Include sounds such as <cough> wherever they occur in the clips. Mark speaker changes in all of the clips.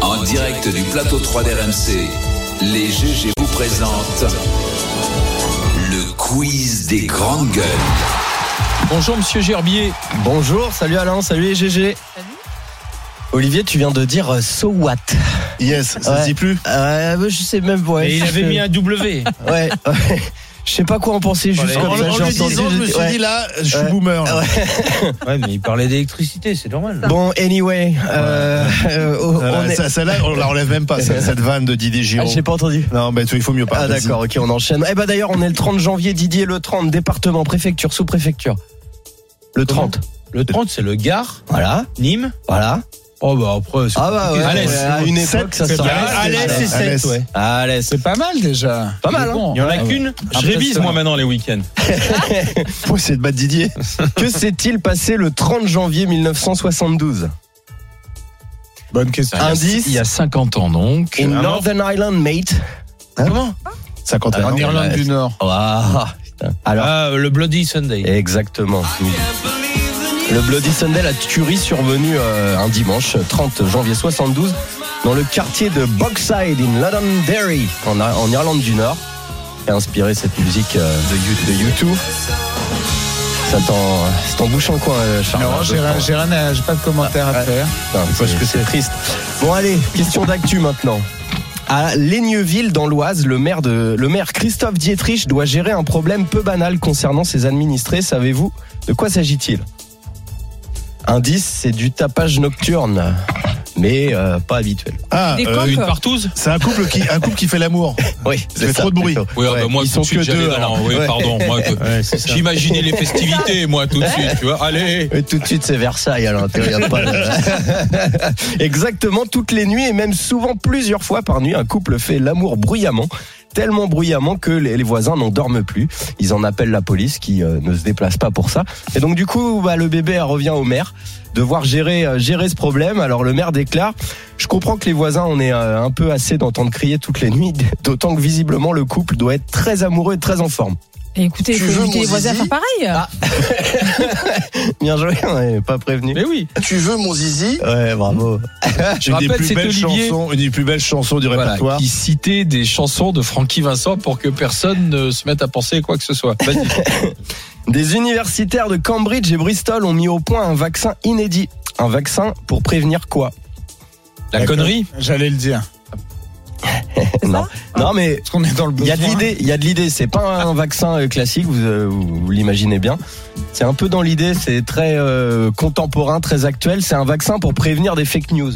Speaker 1: En direct du plateau 3 d'RMC, les GG vous présentent le quiz des grandes gueules.
Speaker 2: Bonjour Monsieur Gerbier.
Speaker 3: Bonjour, salut Alain, salut les GG. Olivier, tu viens de dire euh, so what
Speaker 4: Yes, ça
Speaker 3: Ouais.
Speaker 4: se dit plus
Speaker 3: euh, Je sais même ouais.
Speaker 2: Et il
Speaker 3: je-
Speaker 2: avait <laughs> mis un W.
Speaker 3: Ouais, ouais. Je sais pas quoi en penser juste
Speaker 2: En-
Speaker 3: comme
Speaker 4: En,
Speaker 3: ça.
Speaker 4: en
Speaker 3: j'ai
Speaker 4: le disant,
Speaker 3: entendu,
Speaker 4: je me suis
Speaker 3: ouais.
Speaker 4: dit là, je suis
Speaker 3: Ouais.
Speaker 4: boomer.
Speaker 3: Ah
Speaker 4: là.
Speaker 3: ouais.
Speaker 2: Ouais, mais il parlait d'électricité, c'est normal.
Speaker 3: Bon, anyway, euh, euh, oh,
Speaker 4: Ça,
Speaker 3: on est-
Speaker 4: ça- Celle-là, on la relève même pas, cette, cette vanne de Didier
Speaker 3: Ah,
Speaker 4: Giraud.
Speaker 3: j'ai pas entendu.
Speaker 4: non, ben tu- il faut mieux pas.
Speaker 3: Ah
Speaker 4: vas-y.
Speaker 3: d'accord, ok, on enchaîne. Eh ben d'ailleurs, on est le 30 janvier, Didier le 30, département, préfecture, sous-préfecture. Le 30.
Speaker 2: Le 30, c'est le Gard,
Speaker 3: Voilà,
Speaker 2: Nîmes.
Speaker 3: voilà.
Speaker 2: Oh bah après, c'est
Speaker 3: Ah bah ouais,
Speaker 2: Alès.
Speaker 3: ouais, à une époque, ça
Speaker 2: c'est
Speaker 3: s'arrête.
Speaker 2: pas mal. Alès, c'est
Speaker 4: Alès.
Speaker 2: sept, ouais.
Speaker 3: Allez, c'est
Speaker 5: Pas mal déjà.
Speaker 3: pas mal. hein.
Speaker 2: Il y en a qu'une. Je révise moi maintenant les week-ends.
Speaker 4: Faut essayer de
Speaker 5: <laughs>
Speaker 4: battre Didier.
Speaker 3: Que s'est-il passé le 30 janvier 1972
Speaker 5: Bonne question.
Speaker 3: Indice.
Speaker 5: Il y a 50 ans donc.
Speaker 3: In Northern Ireland, mate.
Speaker 2: Hein
Speaker 5: Comment
Speaker 4: 51
Speaker 5: En
Speaker 4: ans.
Speaker 5: Irlande du Nord.
Speaker 4: Oh.
Speaker 3: Ah, putain. Alors,
Speaker 2: Ah, le Bloody Sunday.
Speaker 3: exactement. Le Bloody Sunday, la tuerie survenue euh, un dimanche 30 janvier 72 dans le quartier de Bogside in Londonderry en, en Irlande du Nord qui a inspiré cette musique euh, de, YouTube. Ça t'en ça t'embouche en quoi, euh, Charles
Speaker 5: Non, j'ai rien, j'ai rien à- j'ai pas de commentaire à faire.
Speaker 3: Putain, parce que c'est triste. Bon allez, question d'actu maintenant. À Laigneville dans l'Oise, le maire de le maire Christophe Dietrich doit gérer un problème peu banal concernant ses administrés. Savez-vous de quoi s'agit-il Indice, c'est du tapage nocturne, mais euh, pas habituel.
Speaker 4: Ah,
Speaker 6: Des
Speaker 4: euh,
Speaker 6: coques.
Speaker 4: une-
Speaker 6: Quoi
Speaker 2: partouze
Speaker 4: c'est un couple qui, un couple qui fait l'amour.
Speaker 3: Oui,
Speaker 4: Ça fait trop de
Speaker 3: <laughs>
Speaker 4: bruit.
Speaker 7: Oui, ah bah, moi,
Speaker 3: ils
Speaker 7: tout
Speaker 3: sont
Speaker 7: de suite,
Speaker 3: que
Speaker 7: j'allais
Speaker 3: deux.
Speaker 7: dans la-
Speaker 3: alors.
Speaker 7: oui,
Speaker 3: Ouais.
Speaker 7: pardon. Moi, que- J'imaginais les festivités, moi, tout de suite. Tu vois, allez.
Speaker 3: Et tout de suite, c'est Versailles à l'intérieur. pas le- Exactement, toutes les nuits et même souvent plusieurs fois par nuit, un couple fait l'amour bruyamment. Tellement bruyamment que les les voisins n'en dorment plus. Ils en appellent la police qui euh, ne se déplace pas pour ça. Et donc du coup, bah, le bébé elle revient au maire, devoir gérer, euh, gérer ce problème. Alors le maire déclare, je comprends que les voisins, on est euh, un peu assez d'entendre crier toutes les nuits, <laughs> d'autant que visiblement le couple doit être très amoureux et très en forme.
Speaker 6: Et écoutez,
Speaker 4: Tu
Speaker 6: il faut
Speaker 4: veux
Speaker 6: éviter
Speaker 4: mon
Speaker 6: les voisins à
Speaker 4: zizi
Speaker 6: faire pareil.
Speaker 3: Bien joué, on n'est pas prévenu.
Speaker 2: Mais oui.
Speaker 4: Tu veux mon zizi
Speaker 3: Ouais, <laughs> bravo.
Speaker 4: J'ai une des
Speaker 5: Rappelle,
Speaker 4: plus
Speaker 5: c'est
Speaker 4: belles
Speaker 5: Olivier.
Speaker 4: chansons, une des plus belles chansons du
Speaker 5: Voilà,
Speaker 4: répertoire.
Speaker 5: qui citait des chansons de Francky Vincent pour que personne ne se mette à penser quoi que ce soit. Vas-y.
Speaker 3: Des universitaires de Cambridge et Bristol ont mis au point un vaccin inédit. Un vaccin pour prévenir quoi
Speaker 2: La connerie.
Speaker 5: J'allais le dire.
Speaker 3: Non, non mais
Speaker 5: Ah, Parce qu'on est dans le
Speaker 3: il y
Speaker 5: besoin.
Speaker 3: a de l'idée, il y a de l'idée. C'est pas
Speaker 5: <laughs>
Speaker 3: un vaccin euh, classique, vous, euh, vous, vous l'imaginez bien. C'est un peu dans l'idée, c'est très euh, contemporain, très actuel. C'est un vaccin pour prévenir des fake news.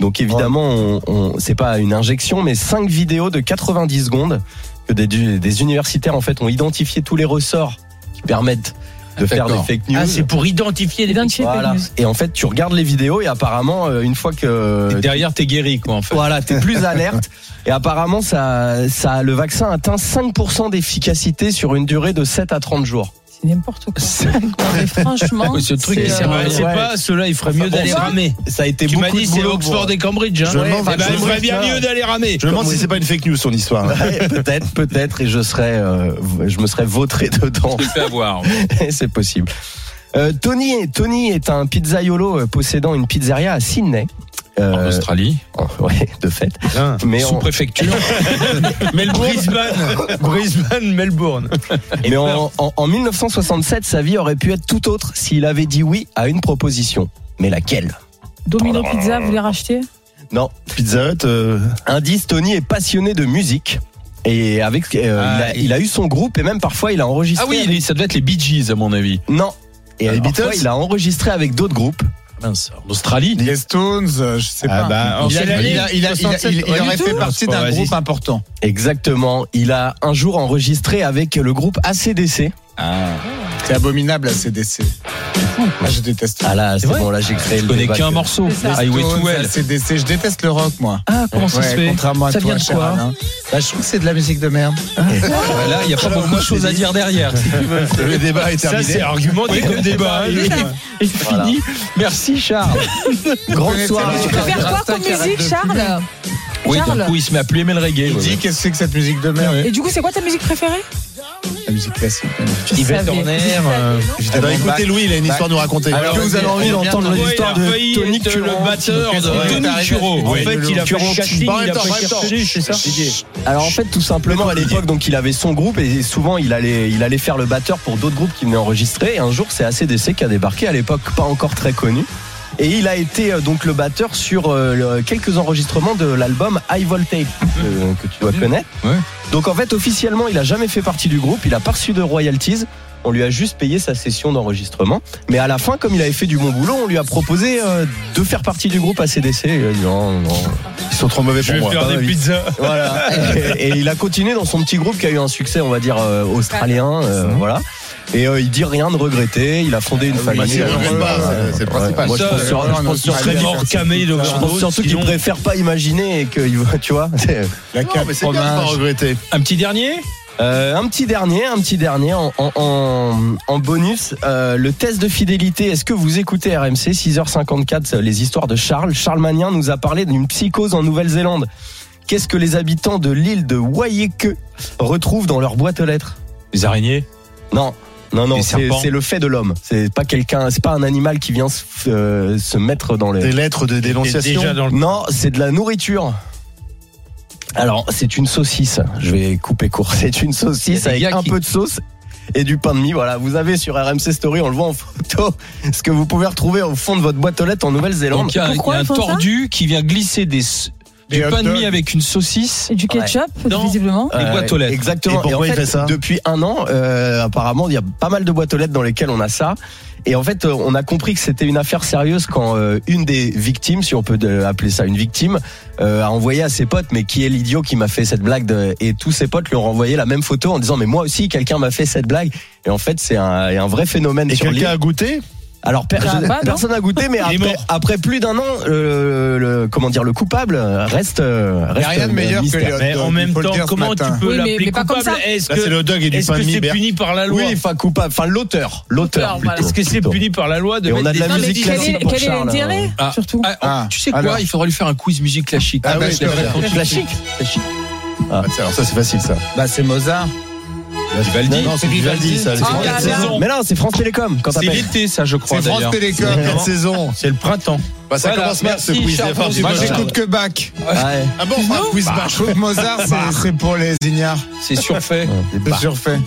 Speaker 3: Donc évidemment, on, on- c'est pas une injection, mais cinq vidéos de 90 secondes que des, du- des universitaires en fait ont identifié tous les ressorts qui permettent de faire des
Speaker 5: D'accord.
Speaker 3: fake news.
Speaker 2: Ah, c'est pour identifier les.
Speaker 6: Identifier fake
Speaker 3: Voilà.
Speaker 6: news.
Speaker 3: Et en fait, tu regardes les vidéos et apparemment, euh, une fois que
Speaker 2: Derrière, t'es guéri, quoi, en fait.
Speaker 3: voilà, t'es <laughs> plus alerte. Et apparemment, ça, ça, le vaccin atteint 5% d'efficacité sur une durée de 7 à 30 jours.
Speaker 6: C'est n'importe quoi. Mais <laughs> franchement,
Speaker 5: Oui, ce truc,
Speaker 6: c'est,
Speaker 5: il sert à
Speaker 6: euh,
Speaker 5: rien.
Speaker 2: C'est pas ceux-là, il ferait mieux
Speaker 3: bon,
Speaker 2: d'aller
Speaker 3: ça-
Speaker 2: ramer.
Speaker 3: Ça a été
Speaker 2: Tu
Speaker 3: beaucoup
Speaker 2: m'as dit
Speaker 3: de
Speaker 2: c'est
Speaker 3: boulot pour-
Speaker 2: Oxford et Cambridge. hein.
Speaker 4: Je me demande-
Speaker 2: Eh ben,
Speaker 4: je
Speaker 2: il
Speaker 4: me-
Speaker 2: ferait bien mieux d'aller ramer.
Speaker 4: Je me demande si c'est pas une fake news son histoire.
Speaker 3: <laughs> Ouais, peut-être, peut-être, et je serais, euh, je me serais vautré <laughs> dedans.
Speaker 7: Je te fais avoir.
Speaker 3: C'est possible. Euh, Tony, Tony est un pizzaiolo euh, possédant une pizzeria à Sydney. Euh,
Speaker 5: En Australie.
Speaker 3: oh, <laughs> ouais, de fait. <laughs> Mais en,
Speaker 2: <laughs>
Speaker 5: Sous-préfecture.
Speaker 2: Brisbane. Brisbane, Melbourne.
Speaker 3: mais en, en- en 1967, sa vie aurait pu être tout autre s'il avait dit oui à une proposition. Mais laquelle
Speaker 6: Domino Pizza, vous les rachetez
Speaker 3: Non,
Speaker 4: Pizza Hut, euh,
Speaker 3: Indice, Tony est passionné de musique. Et avec, euh,
Speaker 5: Ah,
Speaker 3: il, a,
Speaker 5: et-
Speaker 3: il a eu son groupe et même parfois il a enregistré.
Speaker 5: Ah oui,
Speaker 3: avec-
Speaker 5: les- ça devait être les Bee Gees à mon avis.
Speaker 3: non. Et
Speaker 4: Les
Speaker 3: parfois,
Speaker 4: Beatles
Speaker 3: il a enregistré avec d'autres groupes.
Speaker 5: Mince, en Australie.
Speaker 8: Les Stones, euh, je sais
Speaker 4: ah
Speaker 8: pas.
Speaker 4: bah,
Speaker 5: Il a-
Speaker 8: il, a- il, a- il a- il- il
Speaker 5: Ouais,
Speaker 8: aurait
Speaker 5: du
Speaker 8: fait
Speaker 5: tout.
Speaker 8: partie
Speaker 5: Ouais,
Speaker 8: d'un
Speaker 5: vas-y.
Speaker 8: groupe important.
Speaker 3: Exactement. Il a un jour enregistré avec le groupe ACDC.
Speaker 8: C'est abominable la CDC. Ah, je déteste.
Speaker 3: Ah là, c'est
Speaker 2: vrai
Speaker 3: bon, là j'ai créé
Speaker 2: Je
Speaker 3: le.
Speaker 2: connais
Speaker 3: débat
Speaker 2: qu'un
Speaker 3: que-
Speaker 2: morceau.
Speaker 6: C'est ça.
Speaker 2: Highway
Speaker 8: Stones,
Speaker 2: to Hell.
Speaker 8: CDC, je déteste le rock moi.
Speaker 5: Ah, comment ça se
Speaker 8: Ouais,
Speaker 5: fait
Speaker 8: contrairement à
Speaker 5: Ça
Speaker 8: toi,
Speaker 5: vient de
Speaker 8: cher
Speaker 5: quoi
Speaker 8: Alain. Bah, je trouve que c'est de la musique de merde.
Speaker 5: Ouais, Là, il n'y a pas beaucoup de choses à dire derrière.
Speaker 4: le débat est
Speaker 2: Ça,
Speaker 4: terminé.
Speaker 2: c'est argumenté comme débat. hein.
Speaker 5: Et
Speaker 3: Voilà.
Speaker 5: fini. Merci Charles.
Speaker 3: Grande
Speaker 8: connaissez
Speaker 3: soirée.
Speaker 8: la
Speaker 6: Tu préfères quoi
Speaker 8: Rasta
Speaker 6: comme
Speaker 8: qui arrête
Speaker 6: musique,
Speaker 8: de
Speaker 6: Charles
Speaker 5: Oui, d'un
Speaker 6: Charles
Speaker 5: coup, il se met à plus aimer le reggae.
Speaker 8: Il dit qu'est-ce que c'est que cette musique de merde
Speaker 6: Et du coup, c'est quoi ta musique préférée
Speaker 8: la musique classique. Bah,
Speaker 6: Je
Speaker 2: Yvette
Speaker 6: savais,
Speaker 2: Horner,
Speaker 6: je savais,
Speaker 2: euh,
Speaker 6: non
Speaker 4: Alors, Eh ben, écoutez, Louis, il a une histoire à nous raconter.
Speaker 3: Alors, vous avez envie d'entendre
Speaker 2: Ouais,
Speaker 3: l'histoire
Speaker 2: il a
Speaker 3: de
Speaker 2: failli
Speaker 3: Tony
Speaker 2: être le
Speaker 3: Curran.
Speaker 2: batteur de
Speaker 7: Tony
Speaker 2: Tony Curro. En
Speaker 7: Oui.
Speaker 2: fait, il a fait Bah,
Speaker 3: Curran.
Speaker 2: Oh, le casting, il
Speaker 4: En même
Speaker 2: a
Speaker 4: temps,
Speaker 2: pas
Speaker 4: en même temps.
Speaker 2: cherché, c'est ça
Speaker 3: Alors en fait tout simplement à l'époque donc il avait son groupe et souvent il allait il allait faire le batteur pour d'autres groupes qui venaient enregistrer et un jour c'est ACDC qui a débarqué à l'époque pas encore très connu et il a été euh, donc le batteur sur euh, le- quelques enregistrements de l'album High Voltage euh, que tu
Speaker 2: Mmh.
Speaker 3: dois connaître.
Speaker 7: Ouais.
Speaker 3: Donc en fait officiellement il a jamais fait partie du groupe, il a pas reçu de royalties. On lui a juste payé sa session d'enregistrement. Mais à la fin, comme il avait fait du bon boulot, on lui a proposé euh, de faire partie du groupe ACDC. Et il a dit, non, non,
Speaker 4: Ils sont trop mauvais
Speaker 2: Je
Speaker 4: pour
Speaker 2: vais
Speaker 4: moi. Ah
Speaker 2: faire
Speaker 4: Pas
Speaker 2: des
Speaker 4: ma vie.
Speaker 2: pizzas.
Speaker 3: voilà. Et, et il a continué dans son petit groupe qui a eu un succès, on va dire, euh, australien. euh, voilà. Et euh, il dit rien de regretter. Il a fondé une
Speaker 4: Bah,
Speaker 3: famille.
Speaker 4: c'est
Speaker 3: euh,
Speaker 4: le
Speaker 3: voilà.
Speaker 4: principal, c'est- c'est le principal.
Speaker 3: Moi, je pense,
Speaker 2: Ça,
Speaker 3: sur-
Speaker 8: euh,
Speaker 3: je pense sur-
Speaker 8: non,
Speaker 3: je
Speaker 2: Très
Speaker 3: pense
Speaker 2: mort camé d'overdose.
Speaker 3: surtout qu'il
Speaker 2: sinon-
Speaker 3: préfère pas imaginer et qu'il veut, tu vois. c'est-
Speaker 8: La
Speaker 4: Non, mais c'est bien de pas regretter.
Speaker 5: Un petit dernier
Speaker 3: Euh, un petit dernier, un petit dernier en, en- en- en bonus. euh, le test de fidélité. Est-ce que vous écoutez RMC 6h54 euh, Les histoires de Charles. Charles Magnin nous a parlé d'une psychose en Nouvelle-Zélande. Qu'est-ce que les habitants de l'île de Waieke retrouvent dans leur boîte aux lettres
Speaker 5: Les araignées.
Speaker 3: Non. Non, non,
Speaker 5: Des
Speaker 3: c'est
Speaker 5: serpents.
Speaker 3: c'est le fait de l'homme. C'est pas quelqu'un, c'est pas un animal qui vient se, euh, se mettre dans les.
Speaker 4: Des lettres de dénonciation.
Speaker 2: Déjà dans le
Speaker 3: Non, c'est de la nourriture. Alors, c'est une saucisse. Je vais couper court. <laughs> C'est une saucisse
Speaker 5: Il y a des
Speaker 3: avec
Speaker 5: gars
Speaker 3: un
Speaker 5: qui-
Speaker 3: peu de sauce et du pain de mie. Voilà, vous avez sur RMC Story, on le voit en photo, <laughs> ce que vous pouvez retrouver au fond de votre boîte aux lettres en Nouvelle-Zélande.
Speaker 5: Donc il y a, un- il y
Speaker 6: Pourquoi
Speaker 5: a un
Speaker 6: ils font ça
Speaker 5: tordu qui vient glisser des,
Speaker 8: Des
Speaker 5: du
Speaker 8: hot
Speaker 5: pain de
Speaker 8: dogs.
Speaker 5: mie avec une saucisse.
Speaker 6: Et du ketchup,
Speaker 5: Non.
Speaker 6: visiblement.
Speaker 5: Les boîtes aux lettres.
Speaker 3: Exactement.
Speaker 4: Et pourquoi
Speaker 3: en
Speaker 4: il fait ça
Speaker 3: Depuis un an, euh, apparemment, il y a pas mal de boîtes aux lettres dans lesquelles on a ça. Et en fait, euh, on a compris que c'était une affaire sérieuse quand euh, une des victimes, si on peut de- appeler ça une victime, euh, a envoyé à ses potes, mais qui est l'idiot qui m'a fait cette blague de- Et tous ses potes lui ont renvoyé la même photo en disant, mais moi aussi, quelqu'un m'a fait cette blague. Et en fait, c'est un, un vrai phénomène
Speaker 4: Et
Speaker 3: sur l'île.
Speaker 4: quelqu'un a goûté
Speaker 3: Alors per-
Speaker 6: Ah, bah, non.
Speaker 3: personne n'a goûté, mais
Speaker 2: Il
Speaker 3: après,
Speaker 2: est mort.
Speaker 3: après plus d'un an, euh, le, comment dire, le coupable reste. euh,
Speaker 8: Il n'y
Speaker 3: reste
Speaker 8: a rien de
Speaker 3: euh,
Speaker 8: meilleur que
Speaker 3: mystère.
Speaker 8: les hot
Speaker 2: Mais en
Speaker 8: dogs,
Speaker 2: même
Speaker 8: il faut le
Speaker 2: temps,
Speaker 8: dire ce
Speaker 2: comment tu
Speaker 8: matin.
Speaker 2: peux
Speaker 6: Oui, mais-
Speaker 2: l'appeler
Speaker 6: mais pas comme
Speaker 2: coupable
Speaker 6: ça.
Speaker 2: Est-ce
Speaker 4: Là, c'est
Speaker 2: que
Speaker 4: le dog et du
Speaker 2: est-ce
Speaker 4: pain
Speaker 2: que
Speaker 4: de mie.
Speaker 2: c'est
Speaker 4: Bert.
Speaker 2: puni par la loi
Speaker 3: Oui, enfin coupable, enfin l'auteur, l'auteur.
Speaker 6: L'auteur, voilà.
Speaker 3: plutôt.
Speaker 2: Est-ce que c'est
Speaker 3: Plutôt.
Speaker 2: puni par la loi de
Speaker 3: Et on
Speaker 2: mettre
Speaker 3: a de la
Speaker 2: des-
Speaker 6: Non, mais
Speaker 3: musique
Speaker 6: quel
Speaker 3: classique
Speaker 6: est,
Speaker 3: pour
Speaker 6: quel est
Speaker 3: Charles,
Speaker 6: l'intérêt,
Speaker 5: Ah.
Speaker 6: surtout
Speaker 5: Ah, oh,
Speaker 8: Ah.
Speaker 5: tu sais quoi
Speaker 8: Alors.
Speaker 5: Il faudrait lui faire un quiz musique classique.
Speaker 4: Ah oui,
Speaker 5: je
Speaker 4: c'est
Speaker 5: l'avais
Speaker 4: vrai.
Speaker 5: compris.
Speaker 3: Classique. Classique.
Speaker 4: Ah, tiens, Alors ça, c'est facile, ça.
Speaker 8: Bah, c'est Mozart.
Speaker 7: Vivaldi.
Speaker 4: Non, c'est Vivaldi, ça. les
Speaker 6: Ah,
Speaker 4: quatre
Speaker 6: là, là.
Speaker 4: saisons.
Speaker 3: Mais non, c'est France Télécom quand
Speaker 7: C'est
Speaker 3: t'appelles.
Speaker 7: l'été, ça, je crois.
Speaker 8: C'est France
Speaker 7: d'ailleurs.
Speaker 8: Télécom.
Speaker 4: Les quatre saisons.
Speaker 2: C'est le printemps.
Speaker 4: Bah, ça
Speaker 5: Voilà,
Speaker 4: commence mal, ce
Speaker 5: merci,
Speaker 4: quiz.
Speaker 5: Charles
Speaker 4: c'est pas
Speaker 5: Fonzi.
Speaker 8: Moi,
Speaker 2: Bah,
Speaker 4: possible.
Speaker 8: j'écoute que Bach.
Speaker 3: Ouais.
Speaker 4: Ah bon, un quiz
Speaker 8: Bah,
Speaker 4: Bach.
Speaker 8: je trouve que Mozart, c'est- c'est pour les ignares.
Speaker 5: C'est surfait.
Speaker 8: C'est surfait.